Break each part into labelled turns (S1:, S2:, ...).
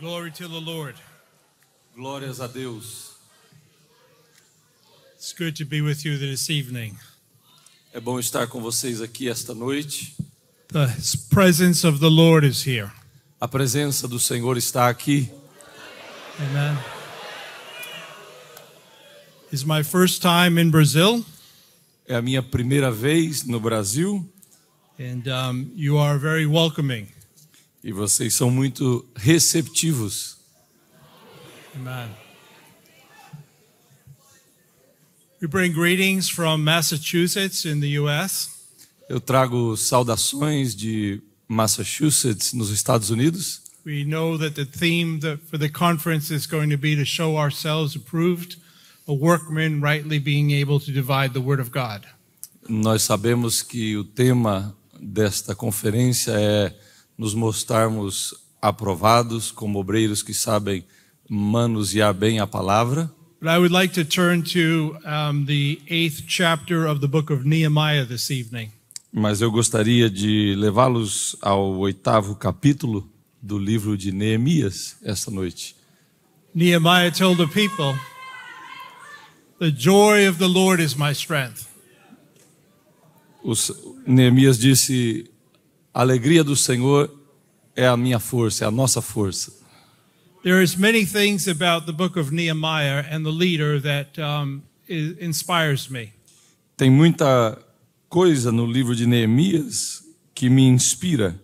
S1: Glory to the Lord.
S2: Glórias a Deus.
S1: It's good to be with you this evening.
S2: É bom estar com vocês aqui esta noite.
S1: The presence of the Lord is here.
S2: A presença do Senhor está aqui.
S1: Amen. It's my first time in Brazil,
S2: É a minha primeira vez no Brasil
S1: and um, you are very welcoming.
S2: e vocês são muito receptivos.
S1: Amen. We bring greetings from Massachusetts in the U.S.
S2: Eu trago saudações de Massachusetts, nos Estados Unidos.
S1: We know that the theme that for the conference is going to be to show ourselves approved, a workman rightly being able to divide the word of God.
S2: Nós sabemos que o tema desta conferência é nos mostrarmos aprovados como obreiros que sabem manusear bem a palavra.
S1: But I would like to turn to um, the eighth chapter of the book of Nehemiah this evening.
S2: Mas eu gostaria de levá-los ao oitavo capítulo do livro de Neemias esta noite.
S1: Nehemiah told the people, The joy of the Lord is my strength.
S2: Os, Neemias disse: A alegria do Senhor é a minha força, é a nossa força.
S1: There is many things about the book of Nehemiah and the leader that um, i- inspires me.
S2: Tem muita coisa no livro de Neemias que me inspira.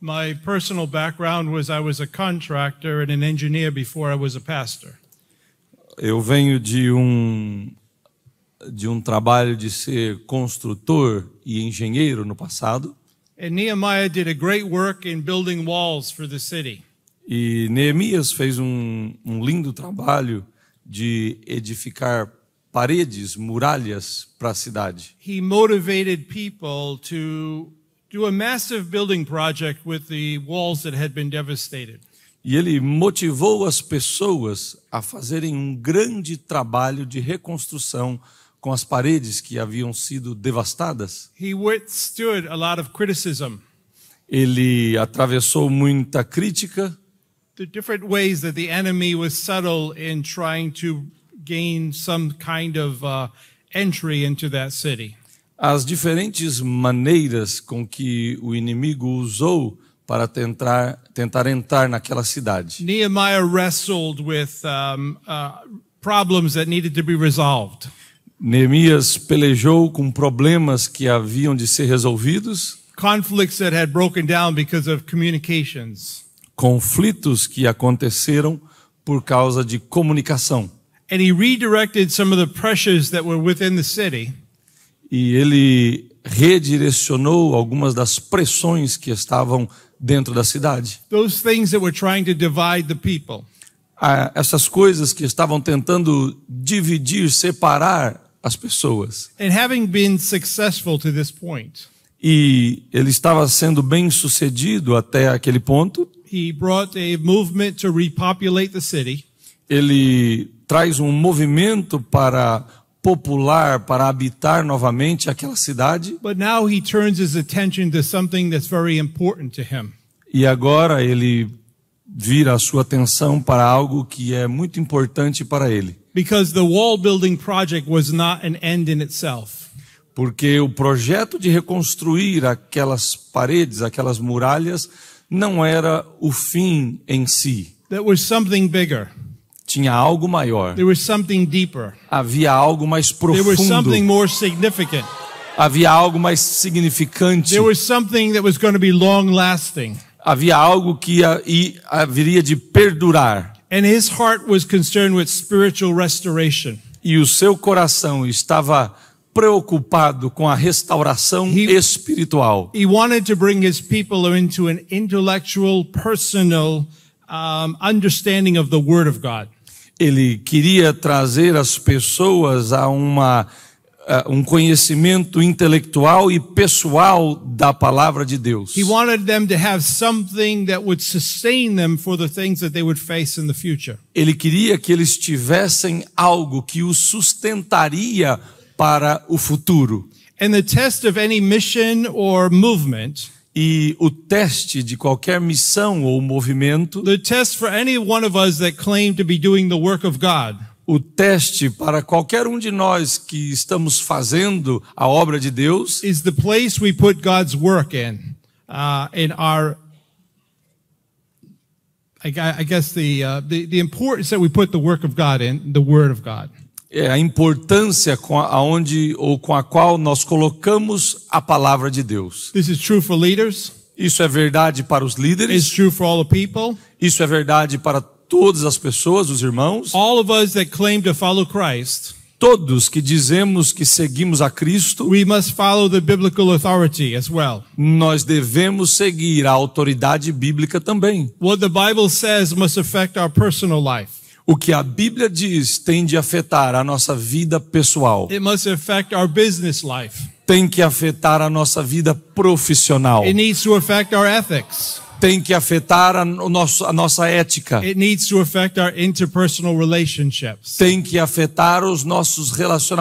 S1: My personal background was I was a contractor and an engineer before I was a pastor.
S2: Eu venho de um de um trabalho de ser construtor e engenheiro no passado.
S1: And Nehemiah did a great work in building walls for the city.
S2: E Neemias fez um, um lindo trabalho de edificar paredes, muralhas para a cidade.
S1: he motivated people to do a massive building project with the walls that had been devastated.
S2: E ele motivou as pessoas a fazerem um grande trabalho de reconstrução com as paredes que haviam sido devastadas.
S1: He withstood a lot of criticism,
S2: Ele atravessou muita crítica,
S1: the different ways that the enemy was subtle in trying to gain some kind of uh, entry into that city.
S2: as diferentes maneiras com que o inimigo usou para tentar, tentar entrar naquela cidade.
S1: Nehemiah wrestled with um, uh, problems that needed to be resolved.
S2: Neemias pelejou com problemas que haviam de ser resolvidos,
S1: Conflicts that had broken down because of communications.
S2: conflitos que aconteceram por causa de comunicação.
S1: And he redirected some of the pressures that were within the city
S2: E ele redirecionou algumas das pressões que estavam dentro da cidade.
S1: those things that were trying to divide the people.
S2: Ah, Essas coisas que estavam tentando dividir, separar as pessoas.
S1: And having been successful to this point,
S2: E ele estava sendo bem sucedido até aquele ponto.
S1: he brought a movement to repopulate the city.
S2: ele traz um movimento para popular, para habitar novamente aquela cidade.
S1: But now he turns his attention to something that's very important to him.
S2: E agora ele vira a sua atenção para algo que é muito importante para ele.
S1: Because the wall building project was not an end in itself.
S2: Porque o projeto de reconstruir aquelas paredes, aquelas muralhas, não era o fim em si.
S1: There was something bigger.
S2: Tinha algo maior.
S1: There was something deeper.
S2: Havia algo mais
S1: There was something
S2: profundo.
S1: more significant.
S2: Havia algo mais significante.
S1: There was something that was going to be long lasting.
S2: Havia algo que ia- e haveria de perdurar.
S1: And his heart was concerned with spiritual restoration.
S2: e o seu coração estava preocupado com a restauração
S1: He-
S2: espiritual.
S1: He wanted to bring his people into an intellectual, personal um, understanding of the Word of God.
S2: Ele queria trazer as pessoas a uma a um conhecimento intelectual e pessoal da palavra de Deus.
S1: He wanted them to have something that would sustain them for the things that they would face in the future.
S2: Ele queria que eles tivessem algo que os sustentaria para o futuro.
S1: And the test of any mission or movement
S2: E o teste de qualquer missão ou movimento,
S1: The test for any one of us that claim to be doing the work of God
S2: o teste para qualquer um de nós que estamos fazendo a obra de Deus,
S1: is the place we put God's work in, uh, in our. I, gu- I guess the, uh, the the importance that we put the work of God in the Word of God.
S2: é a importância com a, aonde ou com a qual nós colocamos a palavra de Deus.
S1: This is true for leaders.
S2: Isso é verdade para os
S1: It's
S2: líderes,
S1: true for all the people.
S2: isso é verdade para todas as pessoas, os irmãos,
S1: All of us that claim to follow Christ,
S2: todos que dizemos que seguimos a Cristo,
S1: we must follow the biblical authority as well.
S2: nós devemos seguir a autoridade bíblica também.
S1: What the Bible says must affect our personal life.
S2: O que a Bíblia diz tende a afetar a nossa vida pessoal.
S1: It must affect our business life.
S2: tem que afetar a nossa vida profissional,
S1: It needs to affect our ethics.
S2: tem que afetar a, o nosso, a nossa ética,
S1: It needs to affect our interpersonal relationships.
S2: tem que afetar os nossos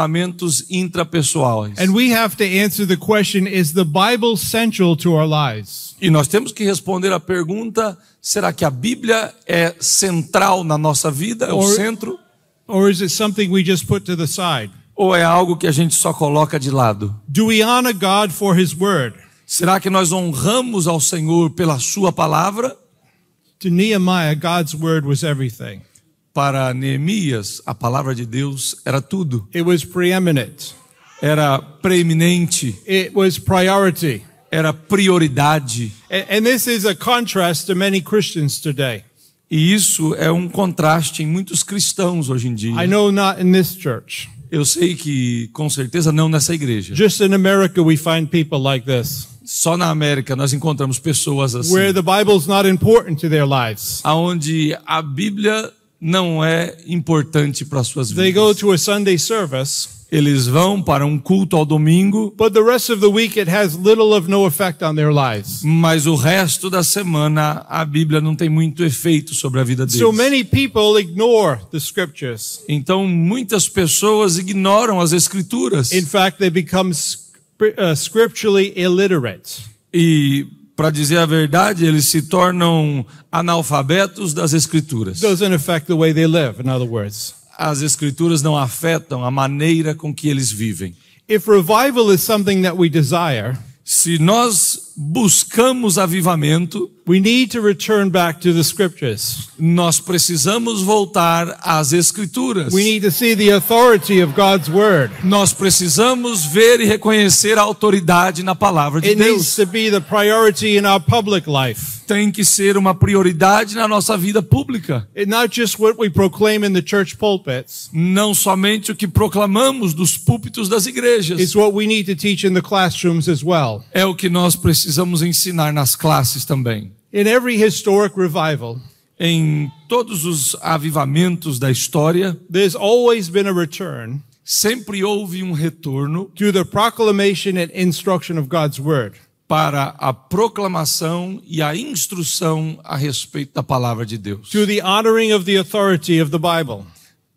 S2: relacionamentos intrapessoais.
S1: And we have to answer the question is the Bible central to our lives?
S2: E nós temos que responder a pergunta: será que a Bíblia é central na nossa vida, é o
S1: Or-
S2: centro,
S1: Or is it something we just put to the side?
S2: ou é algo que a gente só coloca de lado?
S1: Do we honor God for His Word?
S2: Será que nós honramos ao Senhor pela Sua palavra?
S1: To Nehemiah, God's Word was everything,
S2: Para Neemias, a palavra de Deus era tudo,
S1: it was preeminent,
S2: era preeminente,
S1: it was priority.
S2: era prioridade.
S1: And, and this is a contrast to many Christians today.
S2: E isso é um contraste em muitos cristãos hoje em dia.
S1: I know not in this church.
S2: Eu sei que, com certeza, não nessa igreja.
S1: Just in America, we find people like this,
S2: Só na América nós encontramos pessoas assim,
S1: where the Bible's not important to their lives.
S2: aonde a Bíblia não é importante para suas
S1: They go
S2: vidas.
S1: to a Sunday service,
S2: Eles vão para um culto ao domingo,
S1: but the rest of the week it has little of no effect on their lives.
S2: mas o resto da semana a Bíblia não tem muito efeito sobre a vida deles.
S1: So many people ignore the scriptures.
S2: Então muitas pessoas ignoram as escrituras
S1: In fact, they become scr- uh, scripturally illiterate.
S2: e para dizer a verdade, eles se tornam analfabetos das escrituras.
S1: Doesn't affect the way they live, in other words.
S2: as escrituras não afetam a maneira com que eles vivem.
S1: If revival is something that we desire,
S2: Se nós buscamos avivamento,
S1: we need to return back to the scriptures.
S2: nós precisamos voltar às escrituras.
S1: We need to see the authority of God's word.
S2: Nós precisamos ver e reconhecer a autoridade na palavra de
S1: It needs
S2: Deus.
S1: to be the priority in our public life.
S2: Tem que ser uma prioridade na nossa vida pública,
S1: It, not just what we proclaim in the church pulpits,
S2: não somente o que proclamamos dos púlpitos das igrejas.
S1: it's what we need to teach in the classrooms as well.
S2: É o que nós precisamos ensinar nas classes também.
S1: In every historic revival,
S2: Em todos os avivamentos da história,
S1: there's always been a return
S2: sempre houve um retorno
S1: to the proclamation and instruction of God's word.
S2: para a proclamação e a instrução a respeito da palavra de Deus.
S1: To the honoring of the authority of the Bible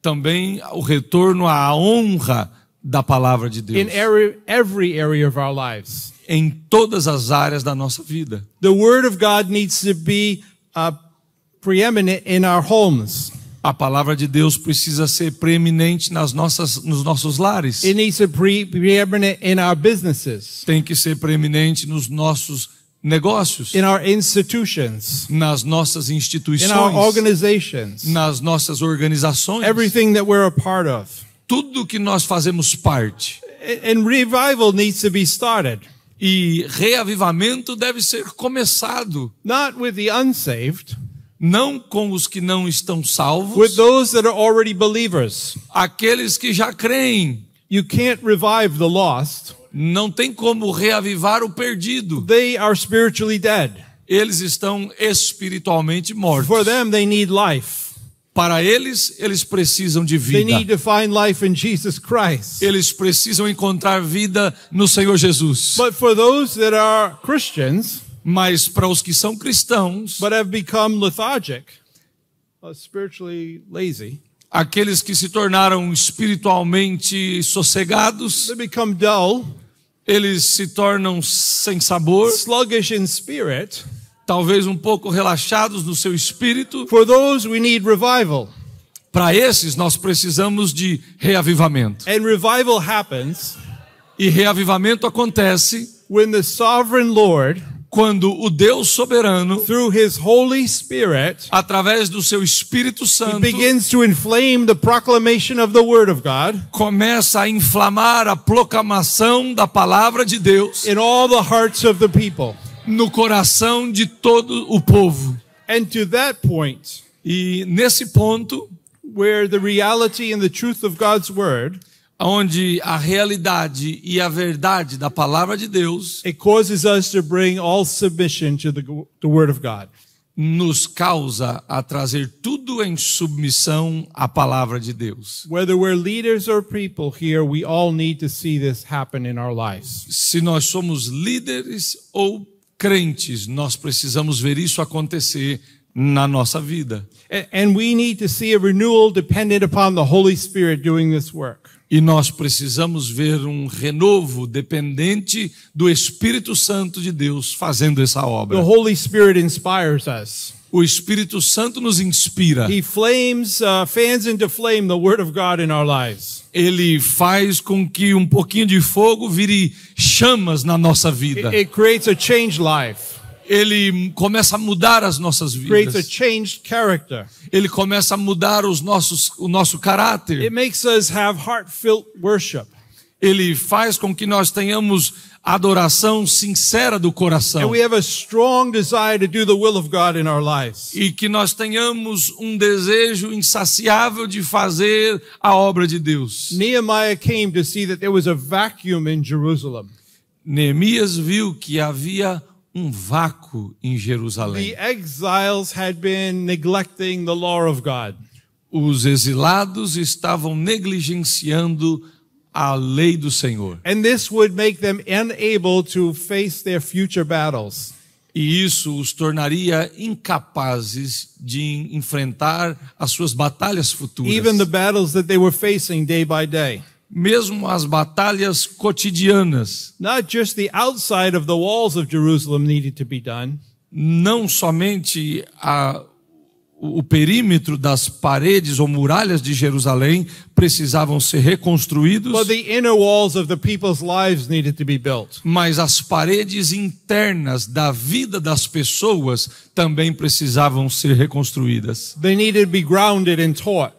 S2: Também o retorno à honra da palavra de
S1: in er-
S2: Deus
S1: every, every area of our lives.
S2: em todas as áreas da nossa vida.
S1: The Word of God needs to be uh, preeminent in our homes,
S2: A palavra de Deus precisa ser preeminente nas nossas, nos nossos lares.
S1: It needs to be preeminent in our businesses,
S2: Tem que ser preeminente nos nossos negócios,
S1: in our institutions,
S2: nas nossas
S1: in our
S2: instituições,
S1: organizations,
S2: nas nossas organizações,
S1: everything that we're a part of.
S2: tudo que nós fazemos parte.
S1: A- And revival needs to be started,
S2: E reavivamento deve ser começado
S1: not with the unsaved,
S2: não com os que não estão
S1: with
S2: salvos,
S1: those that are already believers.
S2: aqueles que já creem.
S1: You can't revive the lost.
S2: Não tem como reavivar o perdido.
S1: They are spiritually dead.
S2: Eles estão espiritualmente mortos.
S1: For them, they need life.
S2: Para eles, eles precisam de
S1: They need
S2: vida.
S1: to find life in Jesus Christ.
S2: Eles precisam encontrar vida no Senhor Jesus.
S1: But for those that are Christians,
S2: Mas para os que são cristãos,
S1: but have become lethargic, uh, spiritually lazy,
S2: aqueles que se tornaram espiritualmente sossegados,
S1: they become dull,
S2: eles se tornam sem sabor,
S1: sluggish in spirit.
S2: talvez um pouco relaxados no seu espírito.
S1: For those, we need revival.
S2: Para esses, nós precisamos de reavivamento.
S1: And revival happens
S2: E reavivamento acontece
S1: when the sovereign Lord,
S2: quando o Deus soberano,
S1: through his Holy Spirit,
S2: através do seu Espírito
S1: he
S2: Santo,
S1: begins to inflame the proclamation of the Word of God
S2: começa a inflamar a proclamação da palavra de Deus
S1: in all the hearts of the people.
S2: no coração de todo o povo.
S1: And to that point,
S2: E nesse ponto,
S1: where the reality and the truth of God's Word,
S2: onde a realidade e a verdade da palavra de Deus
S1: it causes us to bring all submission to the, the Word of God.
S2: nos causa a trazer tudo em submissão à palavra de Deus.
S1: Whether we're leaders or people here, we all need to see this happen in our lives.
S2: Se nós somos líderes ou crentes, nós precisamos ver isso acontecer na nossa vida.
S1: A- And we need to see a renewal dependent upon the Holy Spirit doing this work.
S2: E nós precisamos ver um renovo dependente do Espírito Santo de Deus fazendo essa
S1: The
S2: obra.
S1: Holy Spirit inspires us.
S2: O Espírito Santo nos inspira.
S1: He flames, uh, fans into flame the Word of God in our lives.
S2: Ele faz com que um pouquinho de fogo vire chamas na nossa vida.
S1: It, it creates a changed life,
S2: Ele começa a mudar as nossas
S1: creates a
S2: vidas.
S1: changed character.
S2: Ele começa a mudar os nossos, o nosso caráter.
S1: It makes us have heartfelt worship.
S2: Ele faz com que nós tenhamos adoração sincera do
S1: And
S2: coração
S1: we have a strong desire to do the will of God in our lives.
S2: e que nós tenhamos um desejo insaciável de fazer a obra de Deus.
S1: Nehemiah came to see that there was a vacuum in Jerusalem.
S2: Neemias viu que havia um vácuo em Jerusalém.
S1: The exiles had been neglecting the law of God.
S2: Os exilados estavam negligenciando a lei do Senhor.
S1: And this would make them unable to face their future battles.
S2: E isso os tornaria incapazes de enfrentar as suas batalhas futuras.
S1: Even the battles that they were facing day by day.
S2: Mesmo as batalhas cotidianas,
S1: Not just the outside of the walls of Jerusalem needed to be done,
S2: não somente a- o perímetro das paredes ou muralhas de Jerusalém precisavam ser reconstruídos,
S1: but the inner walls of the people's lives needed to be built.
S2: mas as paredes internas da vida das pessoas também precisavam ser reconstruídas.
S1: They needed to be grounded and taught.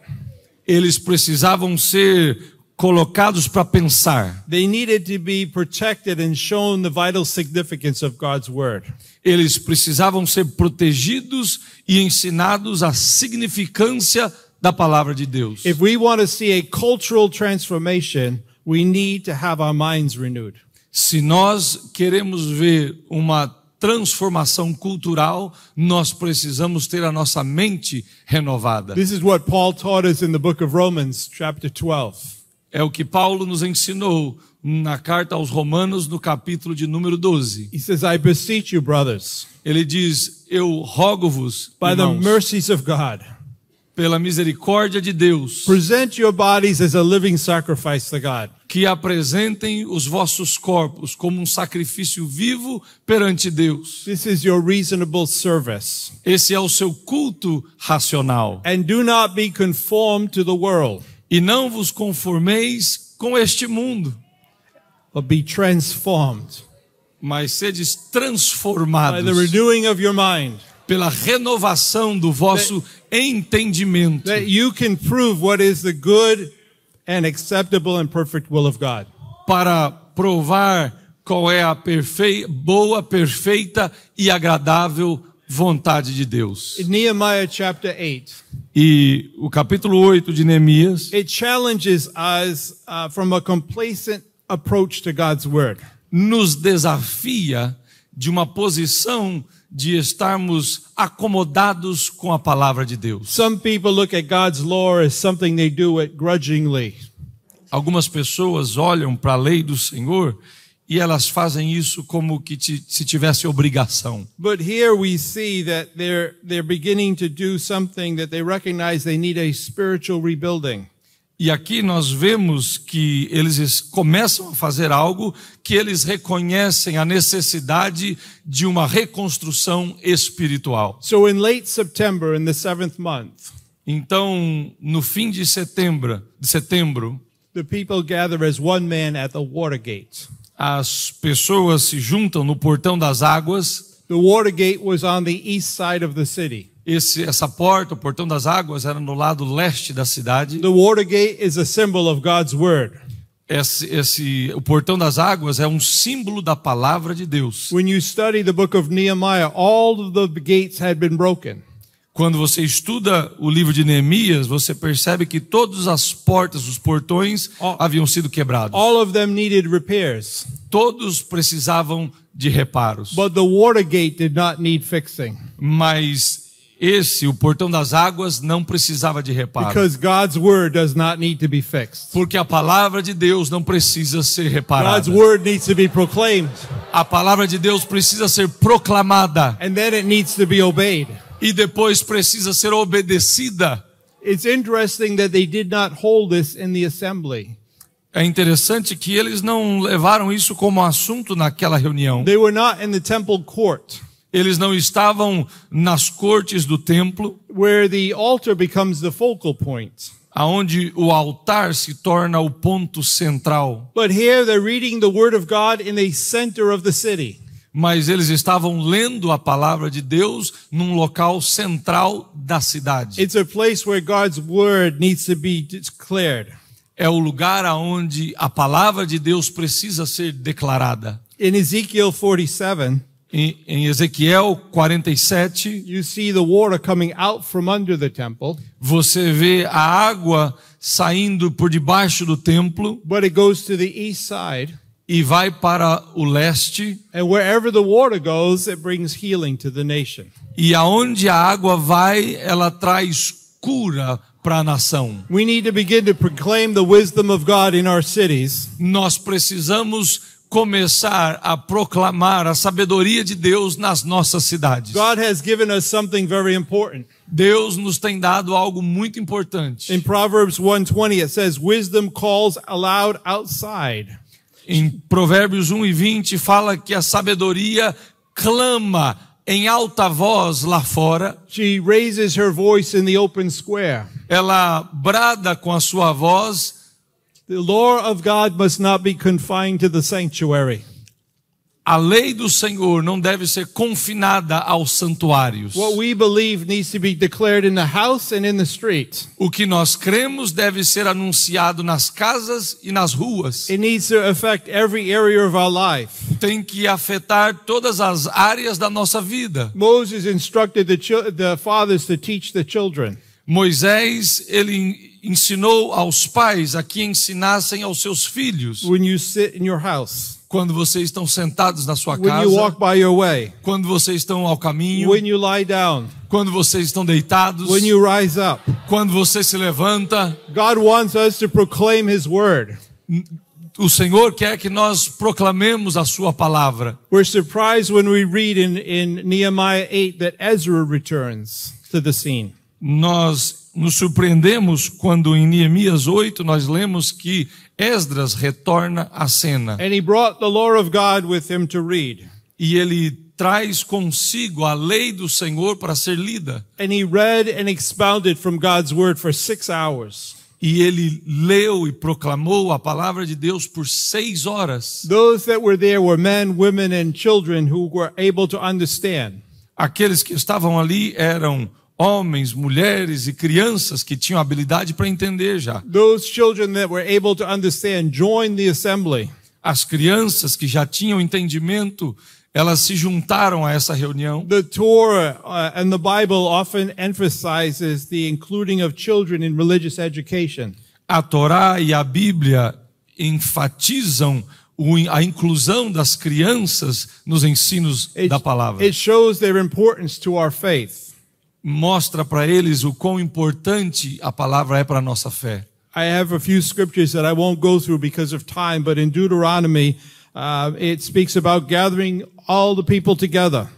S2: Eles precisavam ser colocados para pensar.
S1: They needed to be protected and shown the vital significance of God's word.
S2: Eles precisavam ser protegidos e ensinados a significância da palavra de Deus.
S1: If we want to see a cultural transformation, we need to have our minds renewed.
S2: Se nós queremos ver uma transformação cultural, nós precisamos ter a nossa mente renovada.
S1: This is what Paul taught us in the book of Romans, chapter 12.
S2: É o que Paulo nos ensinou na carta aos Romanos, no capítulo de número 12.
S1: He says, I beseech you, brothers,
S2: Ele diz: Eu rogo-vos,
S1: by the
S2: irmãos,
S1: mercies of God,
S2: pela misericórdia de Deus,
S1: present your bodies as a living sacrifice to God,
S2: que apresentem os vossos corpos como um sacrifício vivo perante Deus.
S1: This is your reasonable service.
S2: Esse é o seu culto racional.
S1: And do not be conformed to the world,
S2: E não vos conformeis com este mundo,
S1: but be transformed
S2: mas sedes
S1: by the
S2: transformados
S1: renewing of your mind,
S2: pela renovação do vosso entendimento,
S1: that you can prove what is the good and acceptable and perfect will of God.
S2: para provar qual é a perfei- boa, perfeita e agradável vontade de Deus.
S1: In Nehemiah chapter 8,
S2: E o capítulo 8 de Neemias
S1: it challenges us uh, from a complacent approach to God's word.
S2: nos desafia de uma posição de estarmos acomodados com a palavra de Deus.
S1: Some people look at God's law as something they do it grudgingly.
S2: Algumas pessoas olham para a lei do Senhor e elas fazem isso como que ti- se tivesse obrigação.
S1: But here we see that they're, they're beginning to do something that they recognize they need a spiritual rebuilding.
S2: E aqui nós vemos que eles es- começam a fazer algo que eles reconhecem a necessidade de uma reconstrução espiritual.
S1: So in late September, in the seventh month,
S2: Então, no fim de setembro, de setembro,
S1: the people gather as one man at the water gate.
S2: as pessoas se juntam no portão das águas.
S1: The water gate was on the east side of the city.
S2: Esse, essa porta, o portão das águas, era no lado leste da cidade.
S1: The water gate is a symbol of God's word.
S2: Esse, esse, o portão das águas é um símbolo da palavra de Deus.
S1: When you study the book of Nehemiah, all of the gates had been broken.
S2: Quando você estuda o livro de Neemias, você percebe que todas as portas, os portões
S1: Ó.
S2: haviam sido quebrados.
S1: All of them needed repairs,
S2: Todos precisavam de reparos.
S1: but the water gate did not need fixing
S2: Mas esse, o portão das águas, não precisava de reparos.
S1: because God's word does not need to be fixed.
S2: Porque a palavra de Deus não precisa ser
S1: God's
S2: reparada.
S1: word needs to be proclaimed
S2: A palavra de Deus precisa ser proclamada
S1: and then it needs to be obeyed.
S2: e depois precisa ser obedecida.
S1: It's interesting that they did not hold this in the assembly.
S2: É interessante que eles não levaram isso como assunto naquela reunião.
S1: They were not in the temple court
S2: Eles não estavam nas cortes do templo,
S1: where the altar becomes the focal point.
S2: aonde o altar se torna o ponto central,
S1: But here they're reading the word of God in the center of the city.
S2: mas eles estavam lendo a palavra de Deus num local central da cidade.
S1: It's a place where God's word needs to be declared.
S2: É o lugar aonde a palavra de Deus precisa ser declarada.
S1: In Ezekiel 47,
S2: Em, em Ezequiel 47,
S1: you see the water coming out from under the temple,
S2: você vê a água saindo por debaixo do templo
S1: but it goes to the east side.
S2: e vai para o leste,
S1: And wherever the water goes, it brings healing to the nation.
S2: e aonde a água vai, ela traz cura para a nação.
S1: We need to begin to proclaim the wisdom of God in our cities
S2: Nós precisamos começar a proclamar a sabedoria de Deus nas nossas cidades.
S1: God has given us something very important.
S2: Deus nos tem dado algo muito
S1: In
S2: importante.
S1: Proverbs 120 it says wisdom calls aloud outside.
S2: Em Provérbios 1 e 20 fala que a sabedoria clama em alta voz lá fora,
S1: She raises her voice in the open square.
S2: ela brada com a sua voz
S1: The law of God must not be confined to the sanctuary.
S2: A lei do Senhor não deve ser confinada aos santuários.
S1: What we believe needs to be declared in the house and in the street.
S2: O que nós cremos deve ser anunciado nas casas e nas ruas.
S1: It needs to affect every area of our life.
S2: Tem que afetar todas as áreas da nossa vida.
S1: Moses instructed the, chil- the fathers to teach the children.
S2: Moisés, ele en- ensinou aos pais a que ensinassem aos seus filhos.
S1: When you sit in your house,
S2: Quando vocês estão sentados na sua
S1: when you
S2: casa,
S1: walk by your way,
S2: quando vocês estão ao caminho,
S1: when you lie down,
S2: quando vocês estão deitados,
S1: when you rise up.
S2: quando você se levanta.
S1: God wants us to proclaim his word.
S2: O Senhor quer que nós proclamemos a sua palavra.
S1: We're surprised when we read in, in Nehemiah 8 that Ezra returns to the scene.
S2: Nós nos surpreendemos quando em Neemias 8 nós lemos que Esdras retorna à cena
S1: And he brought the law of God with him to read.
S2: e ele traz consigo a lei do Senhor para ser lida.
S1: And he read and expounded from God's word for six hours.
S2: E ele leu e proclamou a palavra de Deus por seis horas.
S1: Those that were there were men, women, and children who were able to understand.
S2: Aqueles que estavam ali eram homens, mulheres e crianças que tinham habilidade para entender já.
S1: Those children that were able to understand joined the assembly.
S2: As crianças que já tinham entendimento, elas se juntaram a essa reunião.
S1: The Torah uh, and the Bible often emphasizes the including of children in religious education.
S2: A Torá e a Bíblia enfatizam o- a inclusão das crianças nos ensinos
S1: It,
S2: da palavra.
S1: it shows their importance to our faith.
S2: Mostra para eles o quão importante a palavra é para a nossa fé.
S1: I have a few scriptures that I won't go through because of time, but in Deuteronomy, uh, it speaks about gathering all the people together.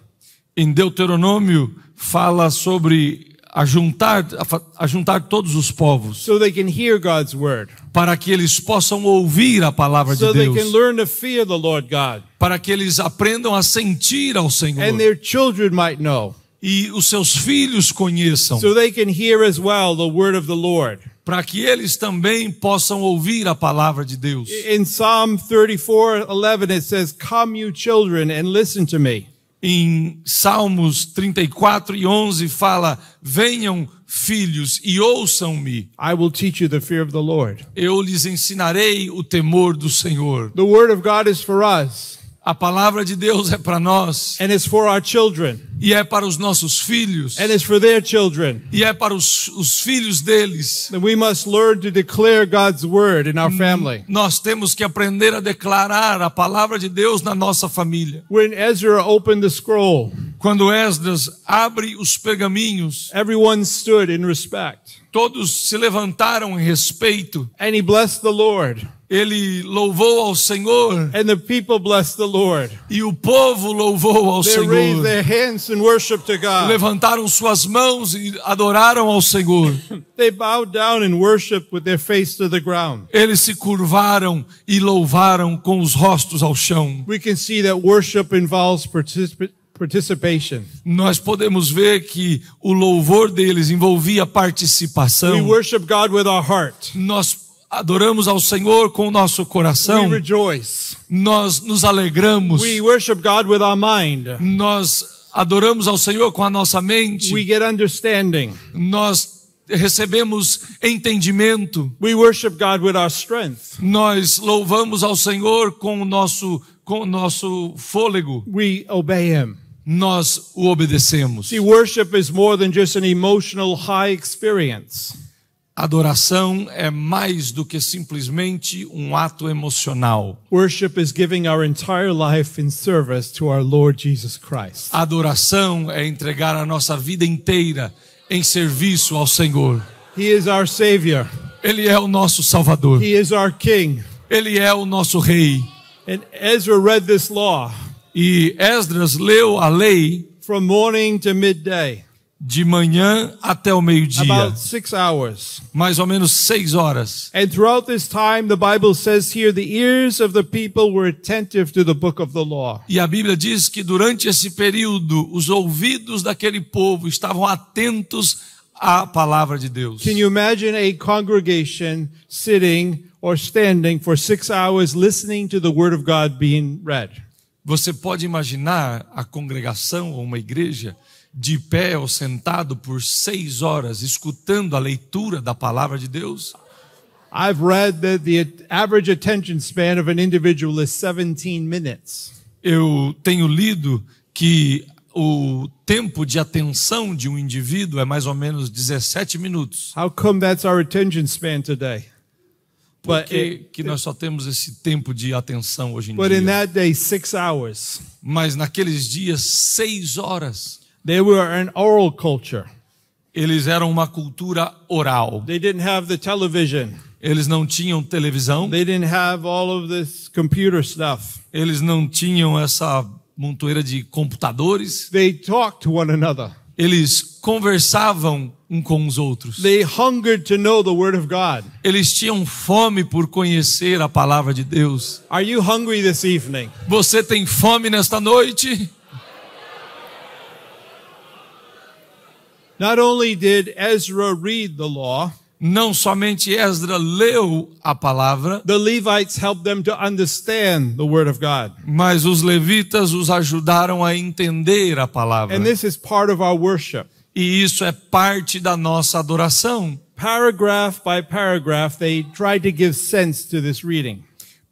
S2: Em Deuteronômio fala sobre a- a juntar, a fa- a juntar todos os povos,
S1: so they can hear God's word,
S2: para que eles possam ouvir a palavra
S1: so
S2: de
S1: they can
S2: Deus,
S1: learn to fear the Lord God,
S2: para que eles aprendam a sentir ao
S1: and
S2: Senhor
S1: their children might know,
S2: e os seus filhos conheçam,
S1: so they can hear as well the word of the Lord.
S2: para que eles também possam ouvir a palavra de Deus.
S1: In Psalm 34 11, it says, Come, you children, and listen to me.
S2: Em Salmos 34 e 11 fala: Venham, filhos, e ouçam-me.
S1: I will teach you the fear of the Lord.
S2: Eu lhes ensinarei o temor do Senhor.
S1: The word of God is for us,
S2: A palavra de Deus é para nós
S1: and it's for our children,
S2: e é para os nossos filhos
S1: and it's for their children.
S2: e é para os, os filhos deles.
S1: And we must learn to declare God's word in our family.
S2: Nós temos que aprender a declarar a palavra de Deus na nossa família.
S1: When Ezra opened the scroll,
S2: Quando Esdras abre os pergaminhos,
S1: everyone stood in respect,
S2: todos se levantaram em respeito.
S1: and he blessed the Lord,
S2: Ele louvou ao Senhor
S1: and the people blessed the Lord.
S2: e o povo louvou ao
S1: They raised
S2: Senhor.
S1: their hands in worship to God.
S2: Levantaram suas mãos e adoraram ao Senhor.
S1: They bowed down in worship with their face to the ground.
S2: Eles se curvaram e louvaram com os rostos ao chão.
S1: We can see that worship involves particip- participation.
S2: Nós podemos ver que o louvor deles envolvia
S1: We
S2: participação.
S1: worship God with our heart.
S2: Nós adoramos ao Senhor com o nosso
S1: We
S2: coração.
S1: rejoice.
S2: Nós nos alegramos.
S1: We worship God with our mind.
S2: Nós adoramos ao Senhor com a nossa
S1: We
S2: mente.
S1: get understanding.
S2: Nós recebemos entendimento.
S1: We worship God with our strength.
S2: Nós louvamos ao Senhor com o nosso com o nosso fôlego.
S1: We obey Him.
S2: Nós o obedecemos.
S1: See, worship is more than just an emotional high experience.
S2: Adoração é mais do que simplesmente um ato emocional.
S1: Worship is giving our entire life in service to our Lord Jesus Christ.
S2: Adoração é entregar a nossa vida inteira em serviço ao Senhor.
S1: He is our Savior.
S2: Ele é o nosso Salvador.
S1: He is our King.
S2: Ele é o nosso Rei.
S1: And Ezra read this law
S2: E Esdras leu a lei
S1: from morning to midday,
S2: de manhã até o meio-dia,
S1: about six hours.
S2: mais ou menos seis horas.
S1: And throughout this time, the Bible says here, the ears of the people were attentive to the book of the law.
S2: E a Bíblia diz que durante esse período os ouvidos daquele povo estavam atentos à palavra de Deus.
S1: Can you imagine a congregation sitting or standing for six hours listening to the word of God being read?
S2: Você pode imaginar a congregação ou uma igreja de pé ou sentado por seis horas escutando a leitura da palavra de Deus?
S1: I've read that the average attention span of an individual is 17 minutes.
S2: Eu tenho lido que o tempo de atenção de um indivíduo é mais ou menos 17 minutos.
S1: How come that's our attention span today?
S2: Por
S1: But,
S2: que,
S1: it,
S2: que nós só temos esse tempo de atenção hoje em
S1: but eh, in
S2: dia?
S1: that day, six hours.
S2: Mas naqueles dias, seis horas,
S1: They were an oral culture.
S2: eles eram uma cultura oral.
S1: They didn't have the television.
S2: Eles não tinham televisão,
S1: They didn't have all of this computer stuff.
S2: eles não tinham essa montoeira de computadores.
S1: They talked to one another.
S2: Eles conversavam um com os outros.
S1: They hungered to know the word of God.
S2: Eles tinham fome por conhecer a palavra de Deus.
S1: Are you hungry this evening?
S2: Você tem fome nesta noite?
S1: Not only did Ezra read the law,
S2: Não somente Esdra leu a palavra,
S1: the Levites helped them to understand the word of God.
S2: mas os levitas os ajudaram a entender a palavra.
S1: And this is part of our worship.
S2: E isso é parte da nossa adoração.
S1: Paragraph by paragraph, they tried to give sense to this reading.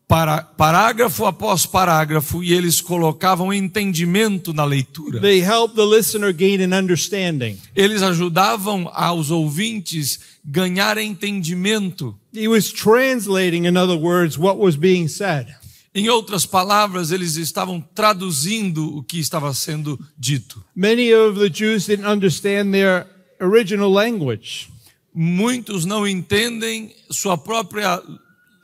S2: Para, parágrafo após parágrafo, e eles colocavam entendimento na leitura.
S1: They helped the listener gain an understanding.
S2: Eles ajudavam aos ouvintes ganhar entendimento.
S1: He was translating, in other words, what was being said.
S2: Em outras palavras, eles estavam traduzindo o que estava sendo dito.
S1: Many of the Jews didn't understand their original language.
S2: Muitos não entendem sua própria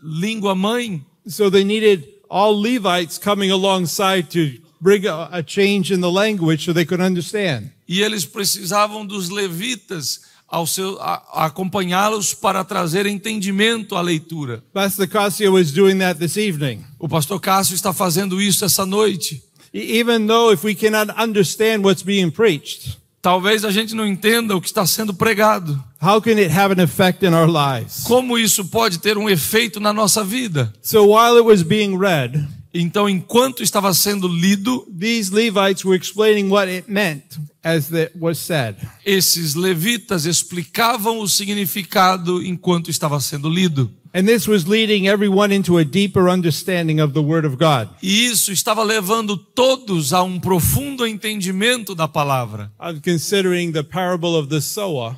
S2: língua mãe,
S1: So they needed all Levites coming alongside to bring a, a change in the language so they could understand.
S2: E eles precisavam dos levitas ao seu- a- a acompanhá-los para trazer entendimento à leitura.
S1: Pastor Casio is doing that this evening.
S2: O pastor Cássio está fazendo isso essa noite.
S1: E- Even though if we cannot understand what's being preached,
S2: Talvez a gente não entenda o que está sendo pregado.
S1: how can it have an effect in our lives?
S2: Como isso pode ter um efeito na nossa vida?
S1: So while it was being read,
S2: Então, enquanto estava sendo lido,
S1: these Levites were explaining what it meant as it was said.
S2: esses levitas explicavam o significado enquanto estava sendo lido.
S1: And this was leading everyone into a deeper understanding of the Word of God.
S2: E isso estava levando todos a um profundo entendimento da palavra.
S1: I'm considering the parable of the sower.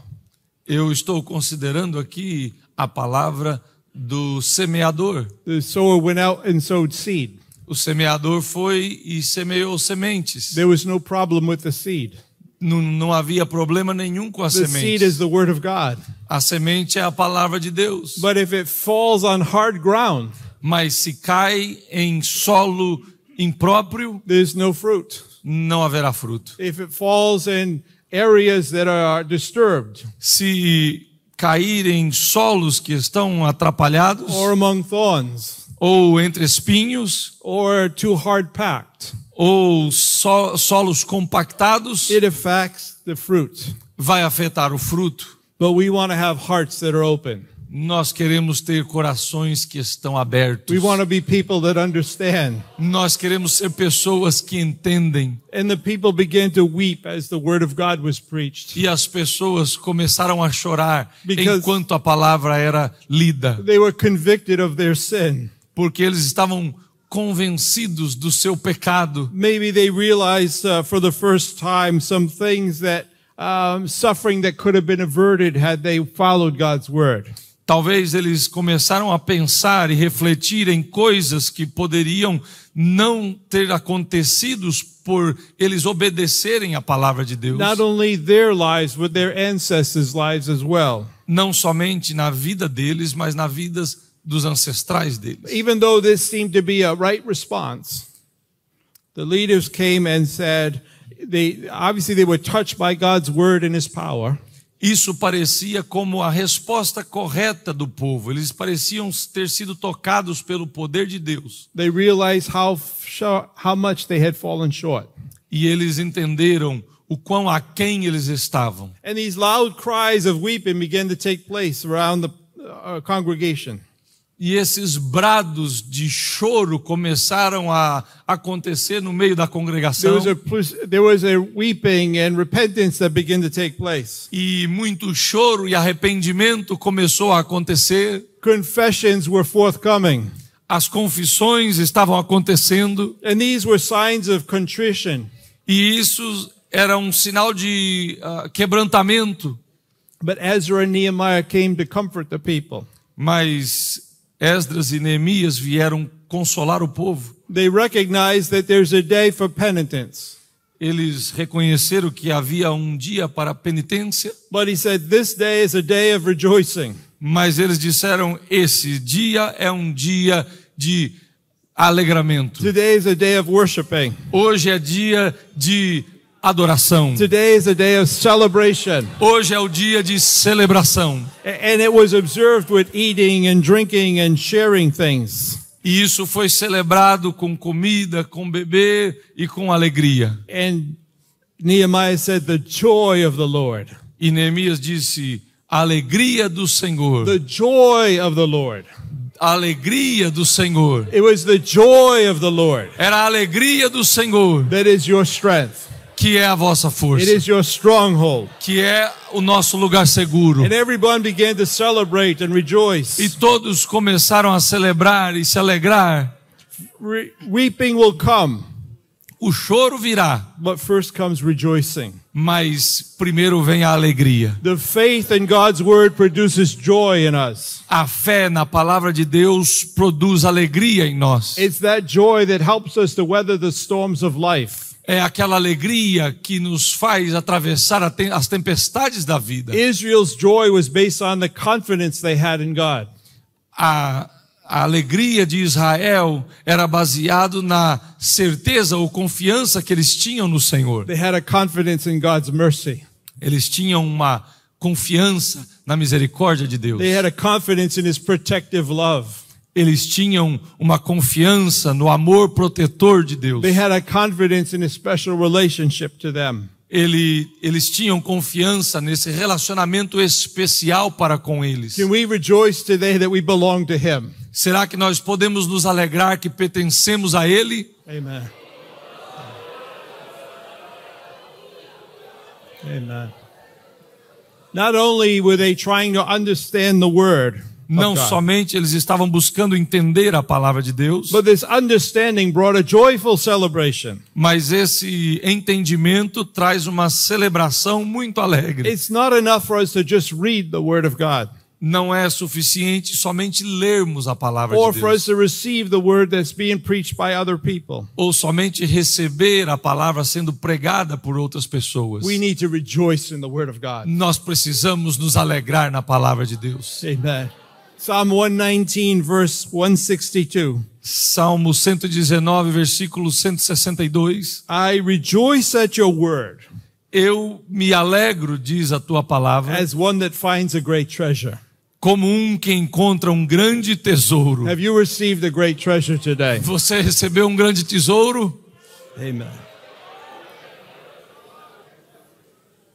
S2: Eu estou considerando aqui a palavra do semeador.
S1: The sower went out and sowed seed.
S2: O semeador foi e semeou sementes.
S1: There was no problem with the seed.
S2: Não, não havia problema nenhum com a
S1: The seed is
S2: semente.
S1: the Word of God.
S2: A semente é a palavra de Deus.
S1: But if it falls on hard ground,
S2: Mas se cai em solo impróprio,
S1: there's no fruit.
S2: não haverá fruto.
S1: If it falls in areas that are disturbed
S2: Se cair em solos que estão atrapalhados
S1: or among thorns
S2: ou entre espinhos
S1: or too hard packed,
S2: ou so- solos compactados,
S1: it affects the fruit.
S2: vai afetar o fruto.
S1: But we want to have hearts that are open.
S2: Nós queremos ter corações que estão
S1: We
S2: abertos.
S1: want to be people that understand.
S2: Nós queremos ser pessoas que entendem.
S1: And the people began to weep as the word of God was preached.
S2: E as pessoas começaram a chorar
S1: Because-
S2: enquanto a palavra era lida,
S1: They were convicted of their sin.
S2: porque eles estavam convencidos do seu pecado.
S1: Maybe they realized uh, for the first time some things that um, suffering that could have been averted had they followed God's word.
S2: Talvez eles começaram a pensar e refletir em coisas que poderiam não ter acontecido por eles obedecerem à palavra de Deus,
S1: Not only their lives, but their ancestors' lives as well.
S2: não somente na vida deles, mas na vida dos ancestrais deles.
S1: Even though this seemed to be a right response, the leaders came and said, they obviously they were touched by God's word and his power.
S2: Isso parecia como a resposta correta do povo. Eles pareciam ter sido tocados pelo poder de Deus.
S1: They realized how f- short, how much they had fallen short.
S2: E eles entenderam o quão aquém eles estavam.
S1: And these loud cries of weeping began to take place around the uh, congregation.
S2: E esses brados de choro começaram a acontecer no meio da
S1: There
S2: congregação.
S1: was a pres- there was a weeping and repentance that began to take place.
S2: E muito choro e arrependimento começou a acontecer.
S1: Confessions were forthcoming,
S2: As confissões estavam acontecendo.
S1: and these were signs of contrition.
S2: E isso era um sinal de ah, quebrantamento.
S1: But Ezra and Nehemiah came to comfort the people.
S2: Mas Esdras e Neemias vieram consolar o povo.
S1: They recognized that there's a day for penitence.
S2: Eles reconheceram que havia um dia para penitência,
S1: But he said, "This day is a day of rejoicing."
S2: mas eles disseram: esse dia é um dia de alegramento.
S1: Today is a day of worshiping.
S2: Hoje é dia de adoração.
S1: Today is a day of celebration.
S2: Hoje é o dia de celebração.
S1: A- And it was observed with eating and drinking and sharing things.
S2: E isso foi celebrado com comida, com beber e com alegria.
S1: And Nehemiah said, The joy of the Lord.
S2: E Neemias disse: a alegria do Senhor,
S1: The joy of the Lord.
S2: a alegria do Senhor.
S1: It was the joy of the Lord
S2: Era a alegria do Senhor
S1: that is your strength.
S2: que é a vossa
S1: It
S2: força,
S1: is your stronghold.
S2: que é o nosso lugar seguro.
S1: And everyone began to celebrate and
S2: E
S1: rejoice.
S2: todos começaram a celebrar e se alegrar.
S1: Re- weeping will come,
S2: O choro virá,
S1: but first comes rejoicing.
S2: mas primeiro vem a alegria.
S1: The faith in God's word produces joy in us.
S2: A fé na palavra de Deus produz alegria em nós.
S1: It's that joy that helps us to weather the storms of life.
S2: É aquela alegria que nos faz atravessar a tem- as tempestades da vida.
S1: Israel's joy was based on the confidence they had in God.
S2: A, a alegria de Israel era baseado na certeza ou confiança que eles tinham no Senhor.
S1: They had a confidence in God's mercy.
S2: Eles tinham uma confiança na misericórdia de Deus.
S1: They had a confidence in his protective love.
S2: Eles tinham uma confiança no amor protetor de Deus.
S1: They had a confidence in his special relationship to them.
S2: Ele- eles tinham confiança nesse relacionamento especial para com eles.
S1: Can we rejoice today that we belong to him?
S2: Será que nós podemos nos alegrar que pertencemos a Ele?
S1: Amen. Amen. Not only were they trying to understand the word, of
S2: Não
S1: God,
S2: somente eles estavam buscando entender a palavra de Deus,
S1: but this understanding brought a joyful celebration.
S2: mas esse entendimento traz uma celebração muito alegre.
S1: It's not enough for us to just read the word of God
S2: Não é suficiente somente lermos a palavra
S1: or
S2: de
S1: for
S2: Deus
S1: us to receive the word that's being preached by other people.
S2: ou somente receber a palavra sendo pregada por outras pessoas.
S1: We need to rejoice in the word of God.
S2: Nós precisamos nos alegrar na palavra de Deus.
S1: Amen. Psalm 119, verse 162.
S2: Salmo 119, versículo 162.
S1: I rejoice at your word.
S2: Eu me alegro, diz a tua palavra,
S1: as one that finds a great treasure.
S2: como um que encontra um grande tesouro.
S1: Have you received a great treasure today?
S2: Você recebeu um grande tesouro?
S1: Amen.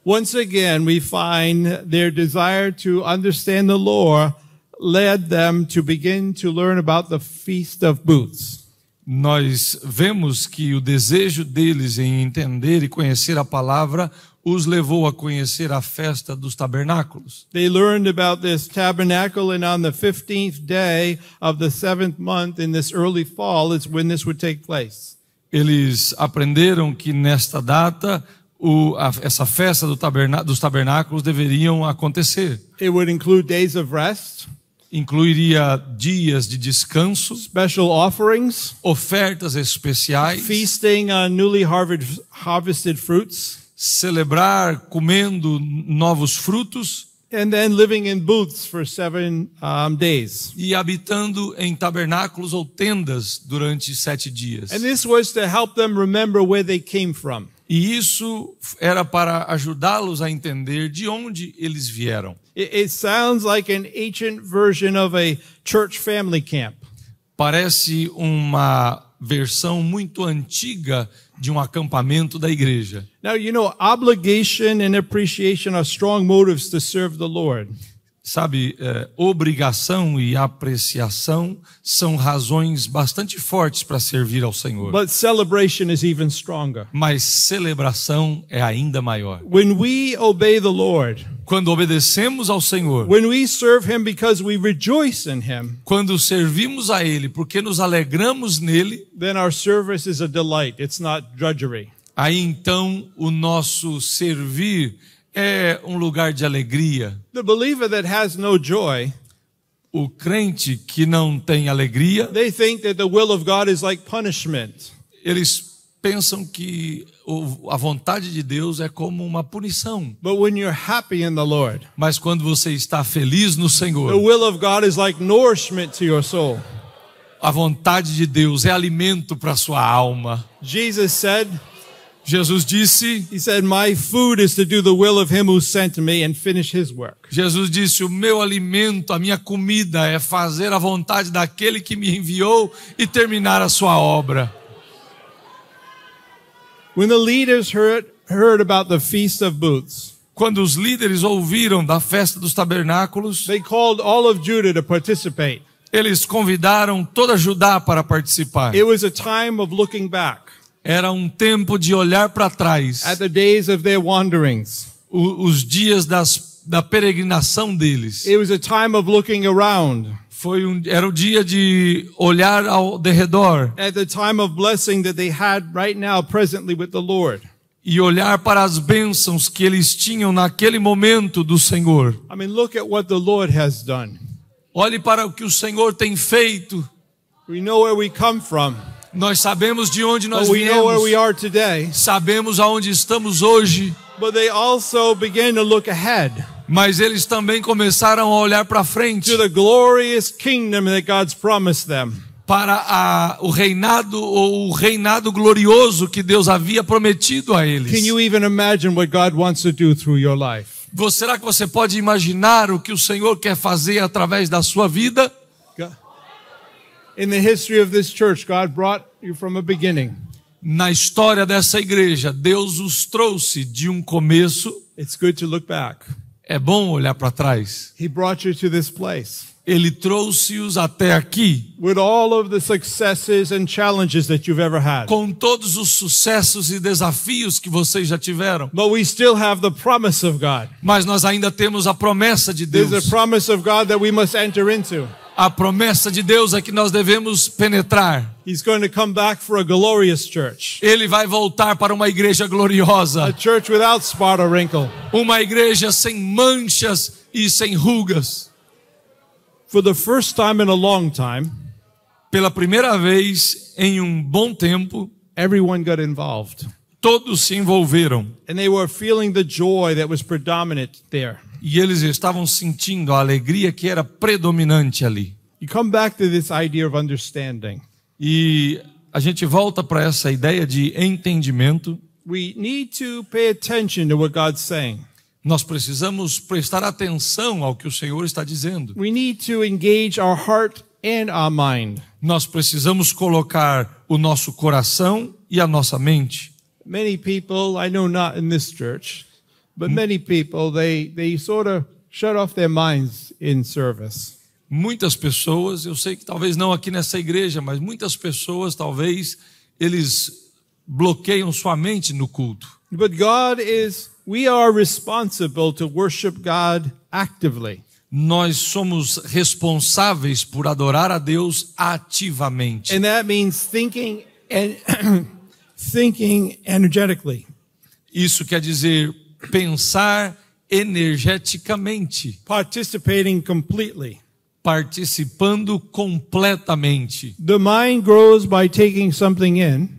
S1: Once again, we find their desire to understand the law led them to begin to learn about the Feast of Booths.
S2: Nós vemos que o desejo deles em entender e conhecer a palavra os levou a conhecer a festa dos tabernáculos.
S1: They learned about this tabernacle, and on the 15th day of the seventh month in this early fall is when this would take place.
S2: Eles aprenderam que nesta data o- a- essa festa do taberná- dos tabernáculos deveriam acontecer.
S1: It would include days of rest,
S2: Incluiria dias de descanso,
S1: special offerings,
S2: ofertas especiais,
S1: feasting on newly harvest, harvested fruits
S2: celebrar comendo novos frutos
S1: and then living in booths for seven um, days.
S2: e habitando em tabernáculos ou tendas durante sete dias.
S1: And this was to help them remember where they came from.
S2: E isso era para ajudá-los a entender de onde eles vieram.
S1: It, it sounds like an ancient version of a church family camp.
S2: Parece uma versão muito antiga de um acampamento da igreja.
S1: Now, you know, obligation and appreciation are strong motives to serve the Lord.
S2: Sabe, eh, obrigação e apreciação são razões bastante fortes para servir ao Senhor.
S1: But celebration is even stronger.
S2: Mas celebração é ainda maior.
S1: When we obey the Lord,
S2: Quando obedecemos ao Senhor,
S1: when we serve Him because we rejoice in Him,
S2: quando servimos a Ele, porque nos alegramos nele,
S1: then our service is a delight. It's not drudgery.
S2: aí então o nosso servir é um lugar de alegria.
S1: The believer that has no joy,
S2: O crente que não tem alegria,
S1: they think that the will of God is like punishment.
S2: eles pensam que o- a vontade de Deus é como uma punição.
S1: But when you're happy in the Lord,
S2: Mas quando você está feliz no
S1: the
S2: Senhor,
S1: will of God is like nourishment to your soul.
S2: a vontade de Deus é alimento para sua alma.
S1: Jesus said,
S2: Jesus disse:
S1: He said, My food is to do the will of Him who sent me and finish His work.
S2: Jesus disse: O meu alimento, a minha comida é fazer a vontade daquele que me enviou e terminar a sua obra.
S1: When the leaders heard, heard about the Feast of Booths,
S2: Quando os líderes ouviram da festa dos tabernáculos,
S1: they called all of Judah to participate.
S2: eles convidaram toda Judá para participar.
S1: It was a time of looking back
S2: Era um tempo de olhar para trás,
S1: at the days of their wanderings.
S2: o- os dias das- da peregrinação deles.
S1: It was a time of looking around
S2: Foi um, era o dia de olhar ao derredor
S1: at the time of blessing that they had right now presently with the Lord.
S2: e olhar para as bênçãos que eles tinham naquele momento do Senhor.
S1: I mean, look at what the Lord has done.
S2: Olhe para o que o Senhor tem feito.
S1: We know where we come from,
S2: Nós sabemos de onde
S1: but
S2: nós
S1: we know where we
S2: viemos,
S1: are today.
S2: sabemos aonde estamos hoje,
S1: But they also began to look ahead
S2: Mas eles também começaram a olhar para frente
S1: to the glorious kingdom that God's promised them.
S2: para a- o reinado ou o reinado glorioso que Deus havia prometido a
S1: Can
S2: eles.
S1: you even imagine what God wants to do through your life?
S2: Vo- Será que você pode imaginar o que o Senhor quer fazer através da sua vida?
S1: Go- In the history of this church, God brought you from a beginning.
S2: Na história dessa igreja, Deus os trouxe de um começo.
S1: It's good to look back.
S2: É bom olhar para trás.
S1: He brought you to this place
S2: Ele trouxe-os até aqui
S1: with all of the successes and challenges that you've ever had.
S2: com todos os sucessos e desafios que vocês já tiveram.
S1: But we still have the promise of God.
S2: Mas nós ainda temos a promessa de
S1: There's
S2: Deus.
S1: a promise of God that we must enter into.
S2: A promessa de Deus é que nós devemos penetrar.
S1: He's going to come back for a glorious church,
S2: Ele vai voltar para uma igreja
S1: a
S2: gloriosa,
S1: church without spot or wrinkle,
S2: uma igreja sem manchas e sem rugas.
S1: for the first time in a long time.
S2: Pela primeira vez em um bom tempo,
S1: Everyone got involved,
S2: todos se envolveram
S1: and they were feeling the joy that was predominant there.
S2: e eles estavam sentindo a alegria que era predominante ali.
S1: You come back to this idea of understanding.
S2: E a gente volta para essa ideia de entendimento.
S1: We need to pay attention to what God's saying.
S2: Nós precisamos prestar atenção ao que o Senhor está dizendo.
S1: We need to engage our heart and our mind.
S2: Nós precisamos colocar o nosso coração e a nossa mente.
S1: Many people, I know not in this church, but many people, they, they sort of shut off their minds in service.
S2: Muitas pessoas, eu sei que talvez não aqui nessa igreja, mas muitas pessoas talvez eles bloqueiam sua mente no culto.
S1: But God is, we are responsible to worship God actively.
S2: Nós somos responsáveis por adorar a Deus ativamente.
S1: And that means thinking and thinking energetically.
S2: Isso quer dizer pensar energeticamente,
S1: participating completely.
S2: participando completamente.
S1: The mind grows by taking something in,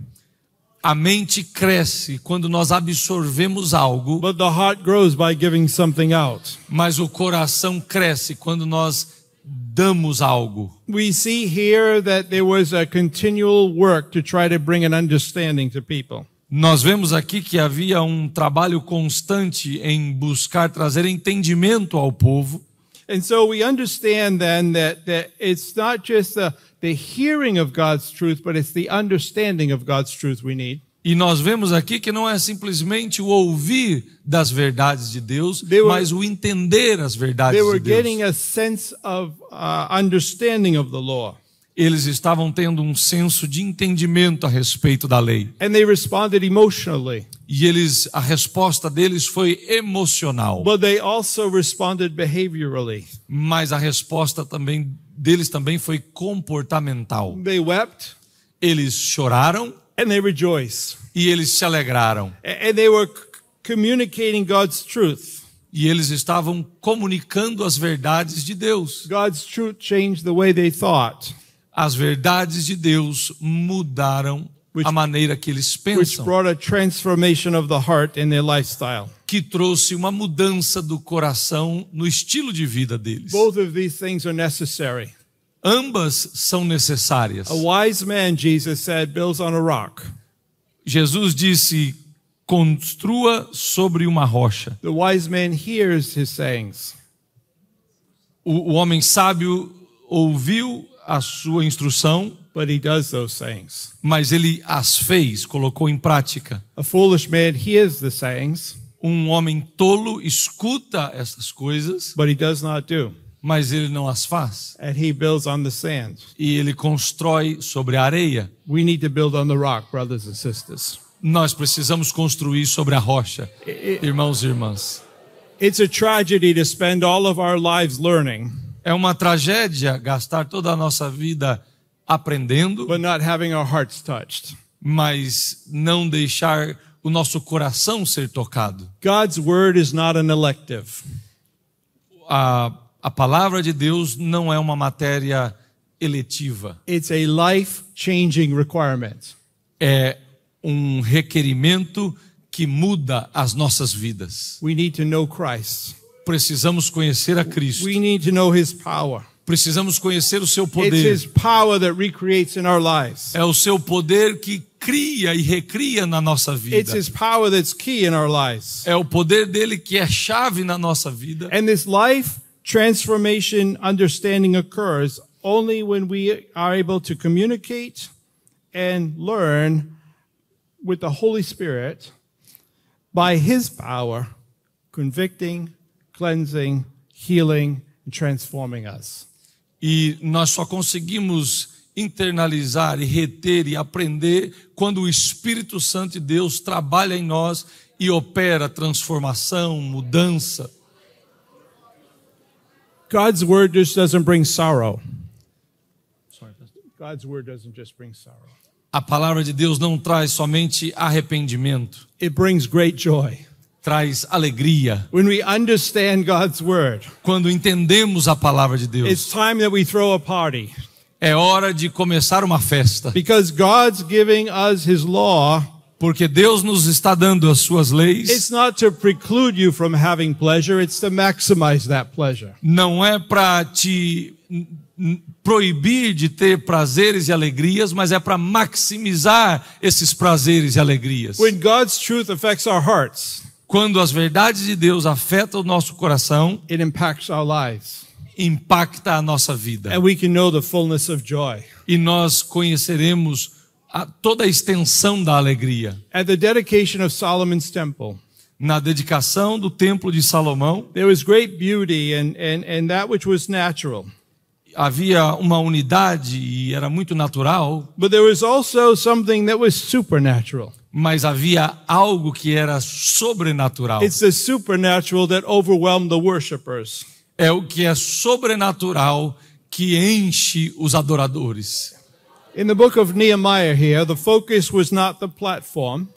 S2: A mente cresce quando nós absorvemos algo,
S1: but the heart grows by giving something out.
S2: mas o coração cresce quando nós damos algo.
S1: We see here that there was a continual work to try to bring an understanding to people.
S2: Nós vemos aqui que havia um trabalho constante em buscar trazer entendimento ao povo,
S1: And so we understand then that, that it's not just the, the hearing of God's truth, but it's the understanding of God's truth we need.
S2: e nós vemos aqui que não é simplesmente o ouvir das verdades de Deus,
S1: They were-
S2: mas o entender as verdades
S1: They were
S2: de Deus.
S1: getting a sense of uh, understanding of the law,
S2: Eles estavam tendo um senso de entendimento a respeito da lei,
S1: and they responded emotionally.
S2: e eles a resposta deles foi emocional,
S1: But they also responded behaviorally.
S2: mas a resposta também deles também foi comportamental.
S1: They wept
S2: Eles choraram
S1: and they rejoiced.
S2: e eles se alegraram.
S1: A- And they were c- communicating God's truth.
S2: E eles estavam comunicando as verdades de Deus.
S1: God's truth changed the way they thought,
S2: As verdades de Deus mudaram
S1: Which-
S2: a maneira que eles
S1: which
S2: pensam,
S1: brought a transformation of the heart in their lifestyle.
S2: que trouxe uma mudança do coração no estilo de vida deles.
S1: Both of these things are necessary.
S2: Ambas são necessárias.
S1: A wise man, Jesus said, builds on a rock.
S2: Jesus disse: construa sobre uma rocha.
S1: The wise man hears his sayings,
S2: O, o homem sábio ouviu a sua instrução,
S1: but he does those sayings.
S2: mas ele as fez, colocou em prática.
S1: A foolish man hears the sayings,
S2: Um homem tolo escuta essas coisas,
S1: but he does not do.
S2: mas ele não as faz.
S1: And he builds on the sand.
S2: E ele constrói sobre a areia.
S1: We need to build on the rock, brothers and sisters.
S2: Nós precisamos construir sobre a rocha, irmãos e irmãs.
S1: It's a tragedy to spend all of our lives learning,
S2: É uma tragédia gastar toda a nossa vida aprendendo,
S1: but not having our hearts touched.
S2: mas não deixar o nosso coração ser tocado.
S1: God's word is not an elective.
S2: A, a palavra de Deus não é uma matéria eletiva,
S1: It's a life-changing requirement.
S2: é um requerimento que muda as nossas vidas.
S1: We need to know Christ.
S2: precisamos conhecer a Cristo.
S1: We need to know his power.
S2: Precisamos conhecer o seu
S1: It's
S2: poder.
S1: his power that recreates in our lives.
S2: É o seu poder que cria e recria na nossa
S1: It's
S2: vida.
S1: his power that's key in our lives.
S2: É o poder dele que é chave na nossa vida.
S1: And this life transformation understanding occurs only when we are able to communicate and learn with the Holy Spirit by His power, convicting, cleansing, healing, and transforming us.
S2: E nós só conseguimos internalizar e reter e aprender quando o Espírito Santo de Deus trabalha em nós e opera transformação, mudança.
S1: God's word just doesn't bring sorrow. God's word doesn't just bring sorrow.
S2: A palavra de Deus não traz somente arrependimento,
S1: It brings great joy.
S2: traz alegria.
S1: When we understand God's word,
S2: Quando entendemos a palavra de
S1: it's
S2: Deus,
S1: time that we throw a party.
S2: é hora de começar uma festa,
S1: Because God's giving us His law,
S2: porque Deus nos está dando as suas leis.
S1: it's not to preclude you from having pleasure, it's to maximize that pleasure.
S2: Não é para te n- n- proibir de ter prazeres e alegrias, mas é para maximizar esses prazeres e alegrias.
S1: When God's truth affects our hearts,
S2: Quando as verdades de Deus afetam o nosso coração,
S1: it impacts our lives.
S2: impacta a nossa vida.
S1: And we can know the fullness of joy.
S2: e nós conheceremos a- toda a extensão da alegria.
S1: At the dedication of Solomon's temple,
S2: Na dedicação do Templo de Salomão,
S1: there was great beauty and, and, and that which was natural.
S2: havia uma unidade e era muito natural,
S1: But there was also something that was supernatural.
S2: mas havia algo que era sobrenatural.
S1: It's the supernatural that overwhelmed the worshipers.
S2: É o que é sobrenatural que enche os adoradores.
S1: In the book of Nehemiah here, the focus was not the platform,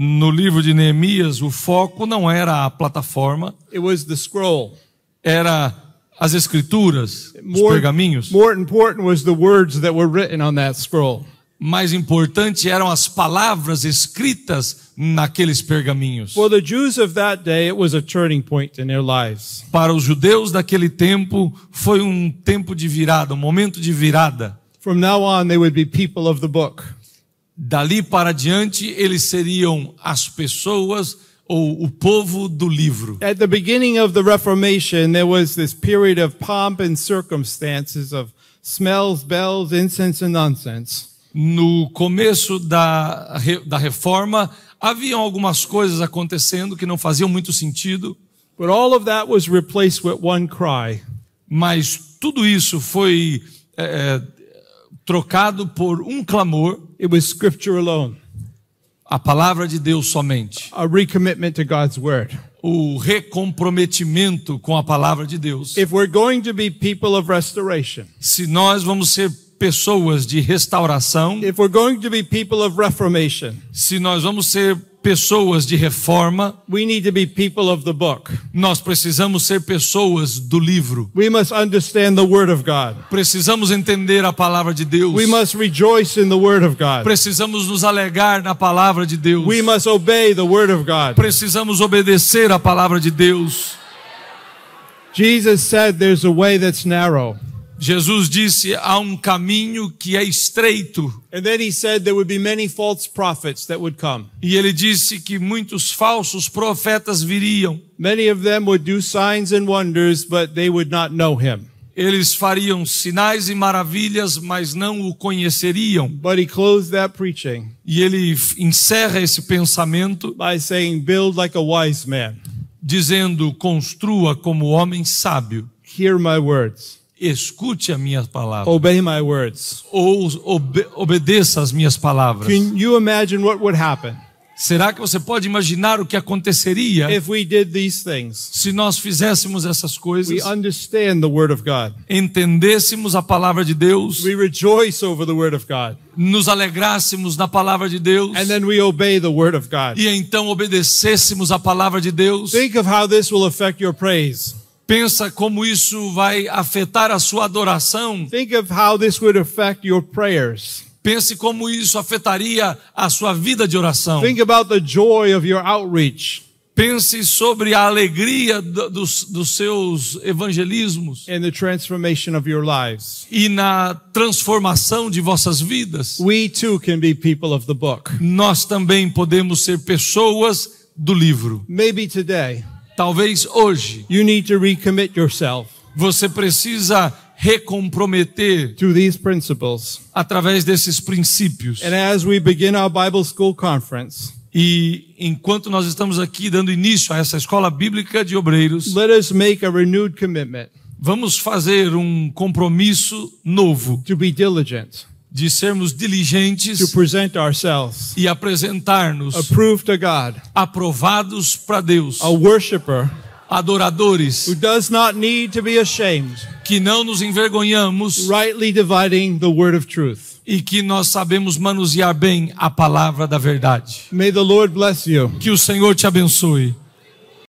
S2: No livro de Neemias, o foco não era a plataforma,
S1: it was the scroll.
S2: era as escrituras, os
S1: More,
S2: pergaminhos.
S1: more important was the words that were written on that scroll.
S2: mais importante eram as palavras escritas naqueles pergaminhos.
S1: For the Jews of that day, it was a turning point in their lives.
S2: Para os judeus daquele tempo, foi um tempo de virada, um momento de virada.
S1: From now on, they would be people of the book.
S2: Dali para diante, eles seriam as pessoas ou o povo do livro.
S1: At the beginning of the Reformation, there was this period of pomp and circumstances of smells, bells, incense, and nonsense.
S2: No começo da, re- da reforma, haviam algumas coisas acontecendo que não faziam muito sentido,
S1: But all of that was replaced with one cry
S2: mas tudo isso foi eh, trocado por um clamor
S1: it was scripture alone,
S2: a palavra de Deus somente,
S1: a recommitment to God's word.
S2: o recomprometimento com a palavra de Deus.
S1: If we're going to be people of restoration,
S2: Se nós vamos ser pessoas de restauração,
S1: if we're going to be people of reformation,
S2: se nós vamos ser pessoas de reforma,
S1: we need to be people of the book.
S2: nós precisamos ser pessoas do livro.
S1: We must understand the word of God.
S2: Precisamos entender a palavra de Deus.
S1: We must rejoice in the word of God.
S2: Precisamos nos alegrar na palavra de Deus.
S1: We must obey the word of God.
S2: Precisamos obedecer a palavra de Deus.
S1: Jesus said there's a way that's narrow.
S2: Jesus disse: há um caminho que é estreito
S1: And then he said there would be many false prophets that would come.
S2: E ele disse que muitos falsos profetas viriam.
S1: Many of them would do signs and wonders, but they would not know him.
S2: Eles fariam sinais e maravilhas, mas não o conheceriam.
S1: But he closed that preaching
S2: E ele f- encerra esse pensamento
S1: by saying, Build like a wise man.
S2: dizendo: Construa como homem sábio,
S1: Hear my words.
S2: escute a minha palavra,
S1: Obey my words.
S2: ou obe- obedeça as minhas palavras.
S1: Can you imagine what would happen
S2: Será que você pode imaginar o que aconteceria
S1: if we did these things?
S2: se nós fizéssemos essas
S1: We
S2: coisas,
S1: understand the word of God.
S2: entendêssemos a palavra de Deus,
S1: We rejoice over the word of God.
S2: nos alegrássemos na palavra de Deus?
S1: And then we obey the word of God.
S2: e então obedecêssemos a palavra de Deus,
S1: Think of how this will affect your praise.
S2: pensa como isso vai afetar a sua adoração,
S1: Think of how this would affect your prayers.
S2: pense como isso afetaria a sua vida de oração,
S1: Think about the joy of your outreach.
S2: Pense sobre a alegria do- dos, dos seus evangelismos
S1: and the transformation of your lives.
S2: e na transformação de vossas vidas.
S1: We too can be people of the book.
S2: Nós também podemos ser pessoas do livro.
S1: Maybe today
S2: Talvez hoje
S1: you need to recommit yourself
S2: você precisa recomprometer
S1: to these principles.
S2: através desses princípios.
S1: And as we begin our Bible school conference,
S2: E enquanto nós estamos aqui dando início a essa escola bíblica de obreiros,
S1: let us make a renewed commitment
S2: vamos fazer um compromisso novo
S1: to be diligent,
S2: de sermos
S1: to
S2: diligentes
S1: present ourselves
S2: e apresentar-nos
S1: approved to God,
S2: aprovados para Deus,
S1: a worshiper who
S2: adoradores
S1: does not need to be ashamed,
S2: que não nos envergonhamos
S1: rightly dividing the word of truth.
S2: e que nós sabemos manusear bem a palavra da verdade.
S1: May the Lord bless you.
S2: Que o Senhor te abençoe.